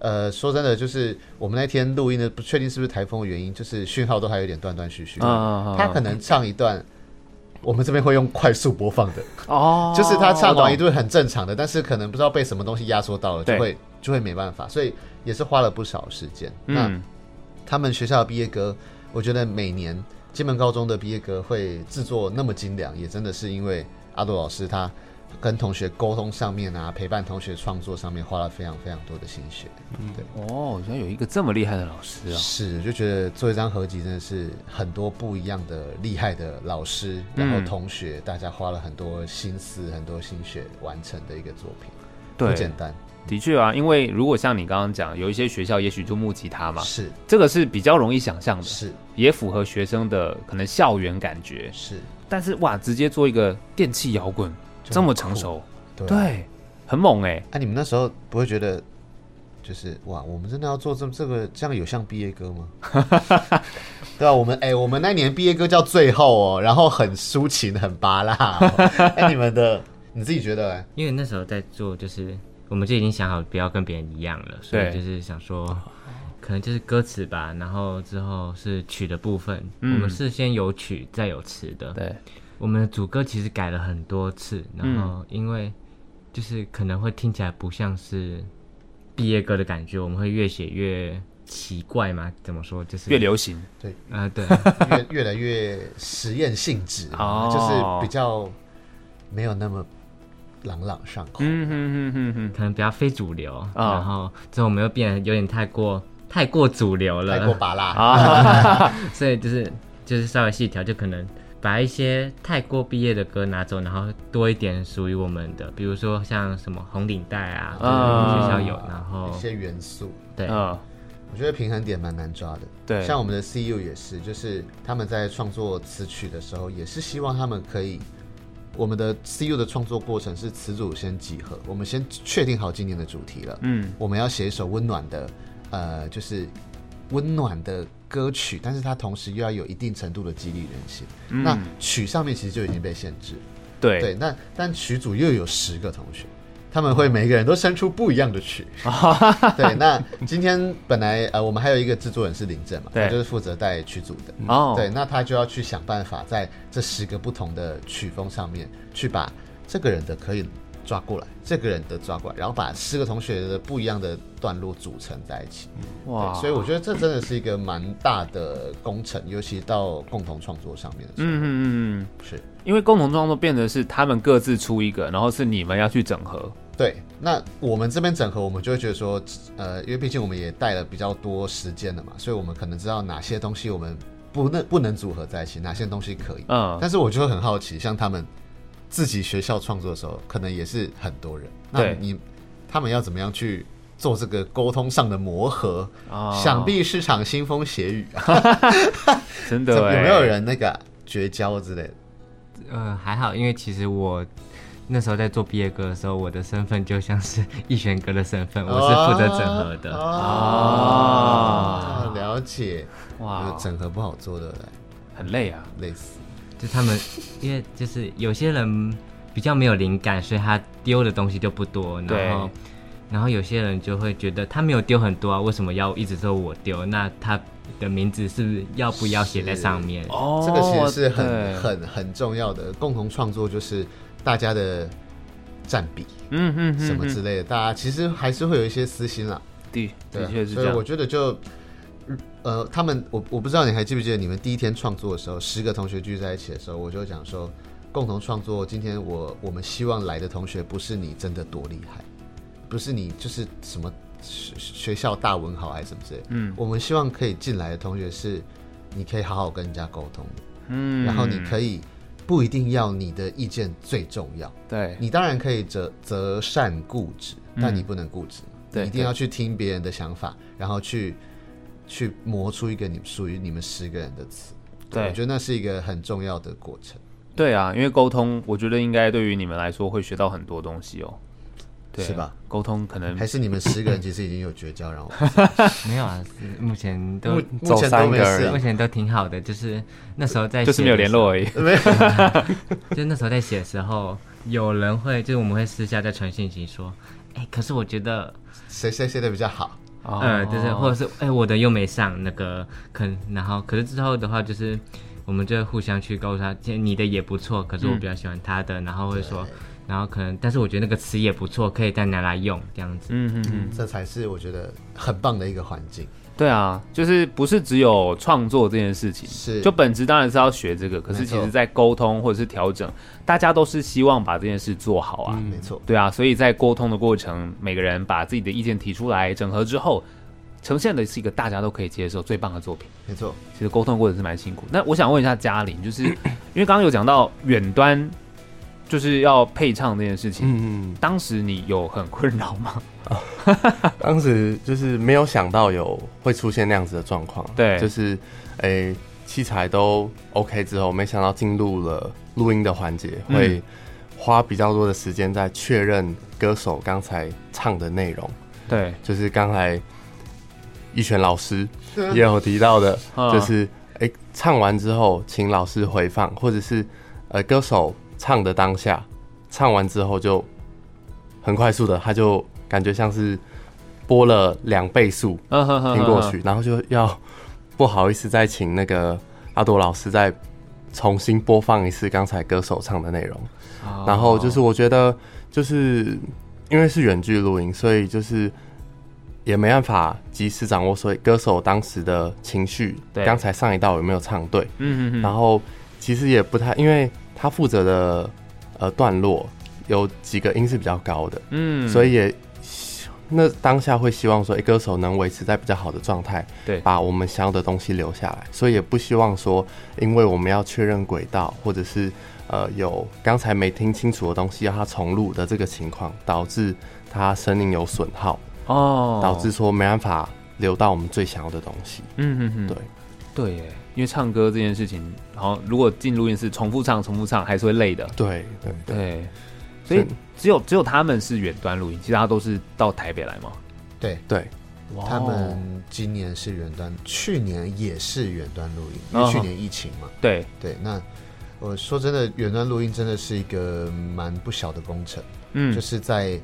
[SPEAKER 2] 呃，说真的，就是我们那天录音的，不确定是不是台风的原因，就是讯号都还有点断断续续。
[SPEAKER 1] 啊
[SPEAKER 2] 他可能唱一段，我们这边会用快速播放的，
[SPEAKER 1] 哦，
[SPEAKER 2] 就是他唱完一
[SPEAKER 1] 顿，
[SPEAKER 2] 顿很正常的，但是可能不知道被什么东西压缩到了，就
[SPEAKER 1] 对
[SPEAKER 2] 会就会没办法，所以也是花了不少时间。那
[SPEAKER 1] 嗯，
[SPEAKER 2] 他们学校的毕业歌，我觉得每年金门高中的毕业歌会制作那么精良，也真的是因为阿杜老师他跟同学沟通上面啊，陪伴同学创作上面花了非常非常多的心血。
[SPEAKER 1] 哦，原来有一个这么厉害的老师啊，
[SPEAKER 2] 是，就觉得做一张合集真的是很多不一样的厉害的老师，然后
[SPEAKER 1] 嗯
[SPEAKER 2] 同学，大家花了很多心思、很多心血完成的一个作品，不简
[SPEAKER 1] 对，
[SPEAKER 2] 单。
[SPEAKER 1] 的确啊，因为如果像你刚刚讲，有一些学校也许就木吉他嘛，
[SPEAKER 2] 是
[SPEAKER 1] 这个是比较容易想象的，
[SPEAKER 2] 是
[SPEAKER 1] 也符合学生的可能校园感觉。
[SPEAKER 2] 是，
[SPEAKER 1] 但是哇，直接做一个电器摇滚
[SPEAKER 2] 就
[SPEAKER 1] 这
[SPEAKER 2] 很
[SPEAKER 1] 么
[SPEAKER 2] 酷
[SPEAKER 1] 成。熟，
[SPEAKER 2] 对啊
[SPEAKER 1] 对，很猛哎、
[SPEAKER 2] 哎、你们那时候不会觉得，就是哇，我们真的要做这这个这样有像毕业歌 吗？对啊，我们哎、我们那年毕业歌叫最后哦，然后很抒情，很拔辣、 哦。哎、你们的你自己觉得、哎
[SPEAKER 4] 因为那时候在做，就是我们就已经想好不要跟别人一样了，所以
[SPEAKER 1] 对
[SPEAKER 4] 就是想说，可能就是歌词吧，然后之后是曲的部分，
[SPEAKER 1] 嗯
[SPEAKER 4] 我们是先有曲再有词的。
[SPEAKER 1] 对，
[SPEAKER 4] 我们的主歌其实改了很多次，然
[SPEAKER 1] 嗯
[SPEAKER 4] 后因为就是可能会听起来不像是毕业歌的感觉，我们会越写越奇怪嘛？怎么说？就是
[SPEAKER 1] 越流行，
[SPEAKER 4] 啊、对，
[SPEAKER 2] 哎越越来越实验性质，啊
[SPEAKER 1] 哦
[SPEAKER 2] 就是比较没有那么朗朗上口。
[SPEAKER 1] 嗯哼哼哼
[SPEAKER 4] 可能比较非主流，
[SPEAKER 1] 啊
[SPEAKER 4] 然后之后我们又变得有点太过太过主流了，
[SPEAKER 2] 太过拔辣
[SPEAKER 1] 哼，啊，
[SPEAKER 4] 所以就是就是稍微细调，就可能把一些太过毕业的歌拿走，然后多一点属于我们的，比如说像什么红领带啊，就是我们学校有，然后
[SPEAKER 2] 一些元素，
[SPEAKER 4] 对，
[SPEAKER 1] 嗯，
[SPEAKER 2] 我觉得平衡点蛮难抓的。
[SPEAKER 1] 对，
[SPEAKER 2] 像我们的 CU 也是，就是他们在创作词曲的时候，也是希望他们可以，我们的 CU 的创作过程是词组先集合，我们先确定好今年的主题了，
[SPEAKER 1] 嗯
[SPEAKER 2] 我们要写一首温暖的，呃，就是温暖的歌曲，但是它同时又要有一定程度的激励人心。那曲上面其实就已经被限制，
[SPEAKER 1] 嗯对
[SPEAKER 2] 对，那但曲组又有十个同学，他们会每个人都生出不一样 的曲。对，那今天本来呃，我们还有一个制作人是林正嘛，
[SPEAKER 1] 对
[SPEAKER 2] 他就是负责带曲组的。
[SPEAKER 1] 哦，
[SPEAKER 2] 对，那他就要去想办法在这十个不同的曲风上面去把这个人的可以抓过来，这个人的抓过来，然后把十个同学的不一样的段落组成在一起。
[SPEAKER 1] 哇，
[SPEAKER 2] 对所以我觉得这真的是一个蛮大的工程，尤其到共同创作上面的时候，
[SPEAKER 1] 嗯嗯嗯嗯，
[SPEAKER 2] 是。
[SPEAKER 1] 因为共同创作变得是他们各自出一个，然后是你们要去整合，
[SPEAKER 2] 对，那我们这边整合，我们就会觉得说，呃，因为毕竟我们也带了比较多时间了嘛，所以我们可能知道哪些东西我们不能不能组合在一起，哪些东西可以。
[SPEAKER 1] 嗯，
[SPEAKER 2] 但是我就会很好奇，像他们自己学校创作的时候，可能也是很多人，那
[SPEAKER 1] 对
[SPEAKER 2] 你他们要怎么样去做这个沟通上的磨合？
[SPEAKER 4] 啊
[SPEAKER 1] 哦
[SPEAKER 2] 想必是场腥风血雨啊！
[SPEAKER 1] 真
[SPEAKER 2] 怎
[SPEAKER 1] 的
[SPEAKER 2] 么有
[SPEAKER 1] 欸
[SPEAKER 2] 没有？人那个绝交之类的？
[SPEAKER 4] 呃，还好，因为其实我。那时候在做毕业歌的时候，我的身份就像是逸轩哥的身份，我是负责整合的。啊
[SPEAKER 2] 哦，啊了解。
[SPEAKER 1] 哇，
[SPEAKER 2] 整合不好做的
[SPEAKER 1] 很累啊，
[SPEAKER 2] 类似。
[SPEAKER 4] 就他们，因为就是有些人比较没有灵感，所以他丢的东西就不多。
[SPEAKER 1] 对
[SPEAKER 4] 然后，然后有些人就会觉得他没有丢很多啊，为什么要一直说我丢？那他的名字是不是要不要写在上面？
[SPEAKER 1] 哦
[SPEAKER 2] 这个其实是
[SPEAKER 1] 对
[SPEAKER 2] 很很很重要的，共同创作就是大家的占比
[SPEAKER 1] 嗯嗯嗯，
[SPEAKER 2] 什么
[SPEAKER 1] 嗯
[SPEAKER 2] 之类的，大家其实还是会有一些私心啦。
[SPEAKER 1] 的
[SPEAKER 2] 对
[SPEAKER 1] 的
[SPEAKER 2] 啊，
[SPEAKER 1] 确是
[SPEAKER 2] 所
[SPEAKER 1] 这
[SPEAKER 2] 以我
[SPEAKER 1] 样，
[SPEAKER 2] 觉得就。呃，他们我我不知道你还记不记得你们第一天创作的时候，十个同学聚在一起的时候，我就讲说，共同创作。今天我我们希望来的同学不是你真的多厉害，不是你就是什么学学校大文豪还是什么之类的，
[SPEAKER 1] 嗯
[SPEAKER 2] 我们希望可以进来的同学是，你可以好好跟人家沟通的，
[SPEAKER 1] 嗯
[SPEAKER 2] 然后你可以不一定要你的意见最重要，
[SPEAKER 1] 对
[SPEAKER 2] 你当然可以择择善固执，但你不能固执，
[SPEAKER 1] 嗯对
[SPEAKER 2] 你一定要去听别人的想法，然后去去磨出一个你属于你们十个人的词。
[SPEAKER 1] 对
[SPEAKER 2] 我觉得那是一个很重要的过程。
[SPEAKER 1] 对啊，因为沟通，我觉得应该对于你们来说会学到很多东西哦，对
[SPEAKER 2] 是吧？
[SPEAKER 1] 沟通可能
[SPEAKER 2] 还是你们十个人其实已经有绝交，然后
[SPEAKER 4] 没有啊，是目前都
[SPEAKER 2] 目目前都没
[SPEAKER 3] 走散
[SPEAKER 2] 事
[SPEAKER 3] 个
[SPEAKER 2] 啊
[SPEAKER 4] 目前都 挺 好的，就是那时候在
[SPEAKER 1] 就是没有联络而已，
[SPEAKER 4] 就那时候在写的时候，有人会，就是我们会私下再传讯息说，哎、可是我觉得，
[SPEAKER 2] 谁谁谁的比较好？
[SPEAKER 1] 哦
[SPEAKER 4] 呃，就是或者是哎、我的又没上那个，可能然后可是之后的话就是。我们就会互相去告诉他，其实你的也不错，可是我比较喜欢他的，然后会说，然后可能，但是我觉得那个词也不错，可以再拿来用这样子。
[SPEAKER 1] 嗯嗯嗯，
[SPEAKER 2] 这才是我觉得很棒的一个环境。
[SPEAKER 1] 对啊，就是不是只有创作这件事情，
[SPEAKER 2] 是
[SPEAKER 1] 就本质当然是要学这个，可是
[SPEAKER 2] 没
[SPEAKER 1] 其
[SPEAKER 2] 错
[SPEAKER 1] 实在沟通或者是调整，大家都是希望把这件事做好啊。
[SPEAKER 2] 没错，
[SPEAKER 1] 对啊，所以在沟通的过程，每个人把自己的意见提出来，整合之后，呈现的是一个大家都可以接受最棒的作品。
[SPEAKER 2] 没错。
[SPEAKER 1] 其实沟通过程是蛮辛苦。那我想问一下嘉玲，就是 因为刚刚有讲到远端就是要配唱这件事情，
[SPEAKER 3] 嗯，
[SPEAKER 1] 当时你有很困扰 吗？
[SPEAKER 3] 当时就是没有想到有会出现那样子的状况，
[SPEAKER 1] 对
[SPEAKER 3] 就是诶、器材都 OK 之后，没想到进入了录音的环节，
[SPEAKER 1] 嗯
[SPEAKER 3] 会花比较多的时间在确认歌手刚才唱的内容，
[SPEAKER 1] 对，
[SPEAKER 3] 就是刚才一璇老师
[SPEAKER 2] 嗯
[SPEAKER 3] 也有提到的，
[SPEAKER 1] 嗯
[SPEAKER 3] 就是诶、唱完之后请老师回放，或者是呃歌手唱的当下，唱完之后就很快速的，他就感觉像是播了两倍速
[SPEAKER 1] 嗯哼哼
[SPEAKER 3] 听过去，然后就要不好意思再请那个阿朵老师再重新播放一次刚才歌手唱的内容。
[SPEAKER 1] 哦
[SPEAKER 3] 然后就是我觉得，就是因为是远距录音，所以就是也没办法及时掌握，所以歌手当时的情绪，
[SPEAKER 1] 对
[SPEAKER 3] 刚才上一道有没有唱对？
[SPEAKER 1] 嗯嗯嗯，
[SPEAKER 3] 然后其实也不太，因为他负责的呃段落有几个音是比较高的，
[SPEAKER 1] 嗯，
[SPEAKER 3] 所以也希那当下会希望说，诶歌手能维持在比较好的状态，
[SPEAKER 1] 对
[SPEAKER 3] 把我们想要的东西留下来，所以也不希望说，因为我们要确认轨道，或者是呃有刚才没听清楚的东西要他重录的这个情况，导致他声音有损耗，
[SPEAKER 1] 哦，
[SPEAKER 3] 导致说没办法留到我们最想要的东西。
[SPEAKER 1] 嗯嗯嗯，
[SPEAKER 3] 对
[SPEAKER 1] 对耶，因为唱歌这件事情，然后如果进录音室重复唱、重复唱，还是会累的。
[SPEAKER 3] 对对对，
[SPEAKER 1] 对，所以
[SPEAKER 3] 是
[SPEAKER 1] 只有只有他们是远端录音，其他都是到台北来嘛。
[SPEAKER 2] 对
[SPEAKER 3] 对
[SPEAKER 1] 哇
[SPEAKER 2] 他们今年是远端，去年也是远端录音，因
[SPEAKER 1] 哦
[SPEAKER 2] 为去年疫情嘛。
[SPEAKER 1] 对，
[SPEAKER 2] 对，那我说真的，远端录音真的是一个蛮不小的工程，
[SPEAKER 1] 嗯，
[SPEAKER 2] 就是在。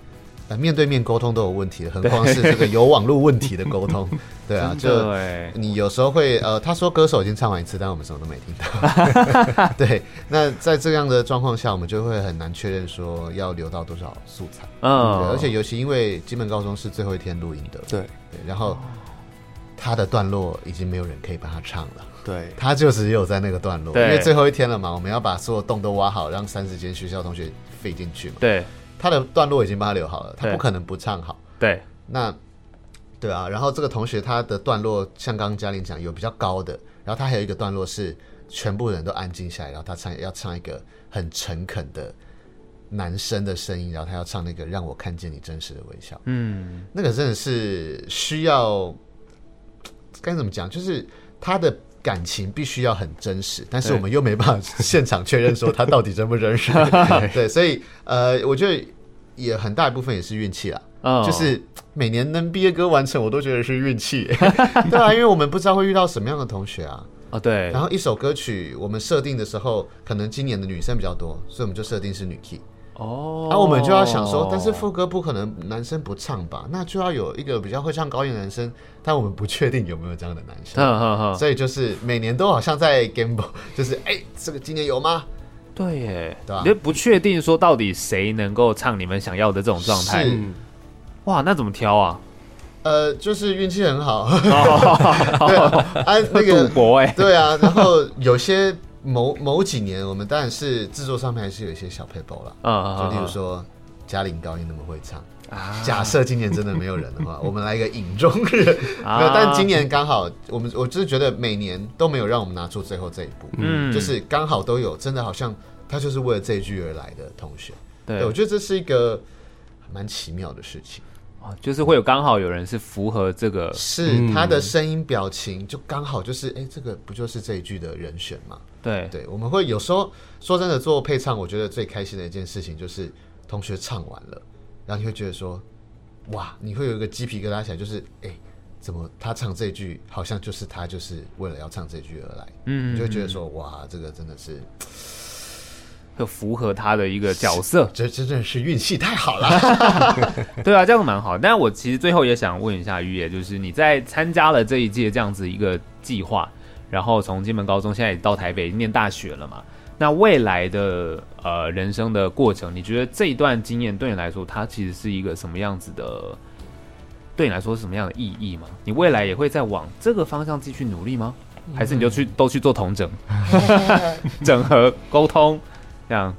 [SPEAKER 2] 呃，面对面沟通都有问题了，何况是这个有网络问题的沟通， 对啊，就
[SPEAKER 1] 对，
[SPEAKER 2] 你有时候会呃，他说歌手已经唱完一次，但我们什么都没听到。对，那在这样的状况下，我们就会很难确认说要留到多少素材。对，
[SPEAKER 1] 嗯，
[SPEAKER 2] 而且尤其因为金门高中是最后一天录音的，
[SPEAKER 3] 对
[SPEAKER 2] 对，然后他的段落已经没有人可以帮他唱了，
[SPEAKER 3] 对，
[SPEAKER 2] 他就只有在那个段落，因为
[SPEAKER 1] 对
[SPEAKER 2] 最后一天了嘛，我们要把所有洞都挖好，让三十间学校同学飞进去嘛。
[SPEAKER 1] 对
[SPEAKER 2] 他的段落已经帮他留好了，他
[SPEAKER 1] 对
[SPEAKER 2] 不可能不唱好。
[SPEAKER 1] 对，
[SPEAKER 2] 那对啊，然后这个同学他的段落，像刚刚嘉玲讲，有比较高的，然后他还有一个段落是全部人都安静下来，然后他唱要唱一个很诚恳的男生的声音，然后他要唱那个让我看见你真实的微笑，
[SPEAKER 1] 嗯，
[SPEAKER 2] 那个真的是需要该怎么讲，就是他的。感情必须要很真实，但是
[SPEAKER 1] 对
[SPEAKER 2] 我们又没办法现场确认说他到底真不真实。对，所以呃，我觉得也很大一部分也是运气啦。
[SPEAKER 1] 哦
[SPEAKER 2] 就是每年能毕业歌完成，我都觉得是 运气。对啊，因为我们不知道会遇到什么样的同学啊。
[SPEAKER 1] 哦，对
[SPEAKER 2] 然，后一首歌曲，我们设定的时候，可能今年的女生比较多，所以我们就设定是女 key。
[SPEAKER 1] 哦，
[SPEAKER 2] 啊然后我们就要想说，但是副歌不可能男生不唱吧？那就要有一个比较会唱高音的男生，但我们不确定有没有这样的男生。
[SPEAKER 1] 哼哼哼，
[SPEAKER 2] 所以就是每年都好像在 gamble，就是哎、这个今年有吗？
[SPEAKER 1] 对耶，
[SPEAKER 2] 对啊
[SPEAKER 1] 你就不确定说到底谁能够唱你们想要的这种状态，
[SPEAKER 2] 是
[SPEAKER 3] 嗯，
[SPEAKER 1] 哇，那怎么挑 啊？
[SPEAKER 2] 呃，就是运气 很好。对啊，啊那个
[SPEAKER 1] 赌博哎，
[SPEAKER 2] 对啊，然后有些某某几年，我们当然是制作上面还是有一些小配包啦，
[SPEAKER 1] 嗯，
[SPEAKER 2] 就例如
[SPEAKER 1] 嗯
[SPEAKER 2] 说嘉玲高音那么会唱。
[SPEAKER 1] 啊
[SPEAKER 2] 假设今年真的没有人 的话，我们来一个影中人。
[SPEAKER 1] 啊
[SPEAKER 2] 没有但今年刚好，我们我就是觉得每年都没有让我们拿出最后这一步，
[SPEAKER 1] 嗯
[SPEAKER 2] 就是刚好都有，真的好像他就是为了这一句而来的同学。
[SPEAKER 1] 对
[SPEAKER 2] 对，我觉得这是一个蛮奇妙的事情，
[SPEAKER 1] 哦，就是会有刚好有人是符合这个，
[SPEAKER 2] 是他的声音、表情就刚好就是，哎，这个不就是这一句的人选吗？
[SPEAKER 1] 对
[SPEAKER 2] 对，我们会有时候说真的做配唱，我觉得最开心的一件事情就是同学唱完了，然后你会觉得说，哇，你会有一个鸡皮疙瘩起来，就是哎、怎么他唱这句好像就是他就是为了要唱这句而来，
[SPEAKER 1] 嗯
[SPEAKER 2] 你就会觉得说，哇，这个真的是
[SPEAKER 1] 和符合他的一个角 色，
[SPEAKER 2] 这这真的是运气太好了。
[SPEAKER 1] 对啊，这样蛮好。但我其实最后也想问一下于野，就是你在参加了这一届这样子一个计划，然后从金门高中现在也到台北念大学了嘛？那未来的呃人生的过程，你觉得这一段经验对你来说，它其实是一个什么样子的？对你来说是什么样的意义吗？你未来也会再往这个方向继续努力吗？还是你就去都去做同整、 整合、沟通这样？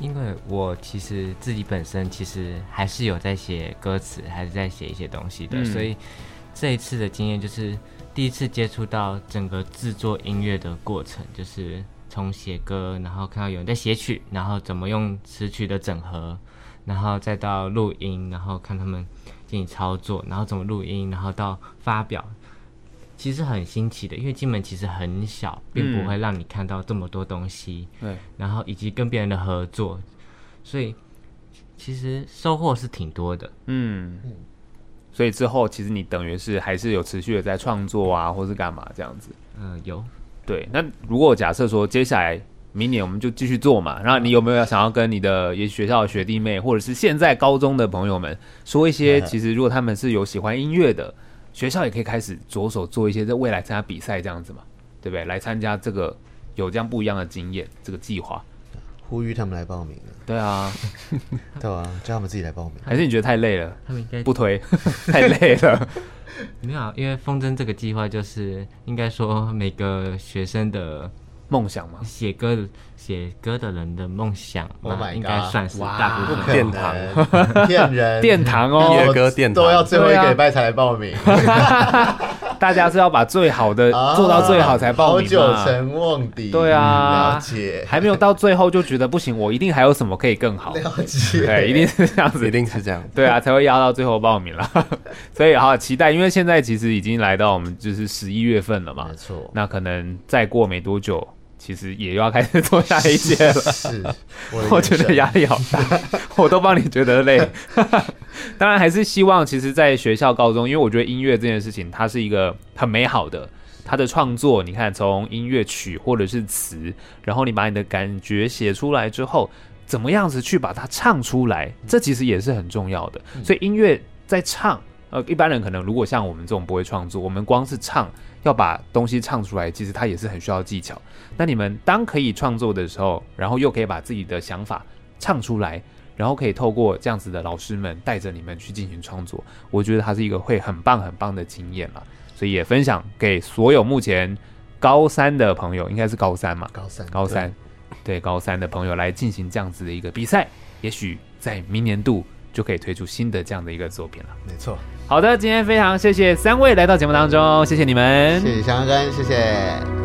[SPEAKER 4] 因为我其实自己本身其实还是有在写歌词，还是在写一些东西的，
[SPEAKER 1] 嗯
[SPEAKER 4] 所以这一次的经验就是第一次接触到整个制作音乐的过程，就是从写歌，然后看到有人在写曲，然后怎么用词曲的整合，然后再到录音，然后看他们进行操作，然后怎么录音，然后到发表。其实很新奇的，因为金门其实很小，并不会让你看到这么多东西。
[SPEAKER 1] 对，
[SPEAKER 4] 然后以及跟别人的合作，所以其实收获是挺多的。
[SPEAKER 1] 嗯，所以之后其实你等于是还是有持续的在创作啊，或是干嘛这样子。
[SPEAKER 4] 嗯、有
[SPEAKER 1] 对，那如果假设说接下来明年我们就继续做嘛，然后你有没有想要跟你的也许学校的学弟妹，或者是现在高中的朋友们说一 些，其实如果他们是有喜欢音乐的，学校也可以开始着手做一些在未来参加比赛这样子嘛，对不对？来参加这个有这样不一样的经验，这个计划。
[SPEAKER 2] 呼吁他们来报名了，
[SPEAKER 1] 对啊，
[SPEAKER 2] 对啊，叫他们自己来报名。
[SPEAKER 1] 还是你觉得太累了？
[SPEAKER 4] 他们应该
[SPEAKER 1] 不推， 太累了。
[SPEAKER 4] 没有啊，因为风筝这个计划就是应该说每个学生的
[SPEAKER 1] 梦想 嘛，
[SPEAKER 4] 写歌写歌的人的梦想
[SPEAKER 2] Oh
[SPEAKER 4] 嘛
[SPEAKER 2] my
[SPEAKER 4] 应该
[SPEAKER 2] god
[SPEAKER 4] 算是
[SPEAKER 1] 哇
[SPEAKER 4] 大部分。
[SPEAKER 3] 殿
[SPEAKER 2] 啊
[SPEAKER 3] 堂
[SPEAKER 2] 堂， 骗人，
[SPEAKER 1] 殿 堂
[SPEAKER 2] 我
[SPEAKER 1] 哦，
[SPEAKER 3] 野哥殿堂
[SPEAKER 2] 都要最后一
[SPEAKER 1] 对
[SPEAKER 2] 个
[SPEAKER 1] 啊
[SPEAKER 2] 礼拜才来报名，
[SPEAKER 1] 大家是要把最好的
[SPEAKER 2] 啊
[SPEAKER 1] 做到最好才报名
[SPEAKER 2] 好久
[SPEAKER 1] 嘛。
[SPEAKER 2] 成瓮底，
[SPEAKER 1] 对啊
[SPEAKER 2] 嗯了解，
[SPEAKER 1] 还没有到最后就觉得不行，我一定还有什么可以更好。
[SPEAKER 2] 了解，
[SPEAKER 1] 对，一定是 这样
[SPEAKER 3] 一
[SPEAKER 1] 子。
[SPEAKER 3] 定是这样。
[SPEAKER 1] 对啊，才会压到最后报名了， 所以好期待，因为现在其实已经来到我们就是十一月份了嘛
[SPEAKER 2] 没，错，
[SPEAKER 1] 那可能再过没多久，其实也要开始做下一届了。
[SPEAKER 2] 是，我的
[SPEAKER 1] 我
[SPEAKER 2] 人
[SPEAKER 1] 觉得
[SPEAKER 2] 生
[SPEAKER 1] 压力好大， 我都帮你觉得累。 当然还是希望，其实，在学校、高中，因为我觉得音乐这件事情，它是一个很美好的。它的创作，你看，从音乐曲或者是词，然后你把你的感觉写出来之后，怎么样子去把它唱出来，
[SPEAKER 2] 嗯
[SPEAKER 1] 这其实也是很重要的。所以音乐在唱，呃，一般人可能如果像我们这种不会创作，我们光是唱，要把东西唱出来，其实它也是很需要技巧。那你们当可以创作的时候，然后又可以把自己的想法唱出来，然后可以透过这样子的老师们带着你们去进行创作，我觉得它是一个会很棒很棒的经验啦。所以也分享给所有目前高三的朋友，应该是高三嘛，
[SPEAKER 2] 高三，
[SPEAKER 1] 高三，对高三的朋友来进行这样子的一个比赛，也许在明年度就可以推出新的这样的一个作品了。
[SPEAKER 2] 没错，
[SPEAKER 1] 好的，今天非常谢谢三位来到节目当中，谢谢你们，
[SPEAKER 2] 谢谢香根，谢谢。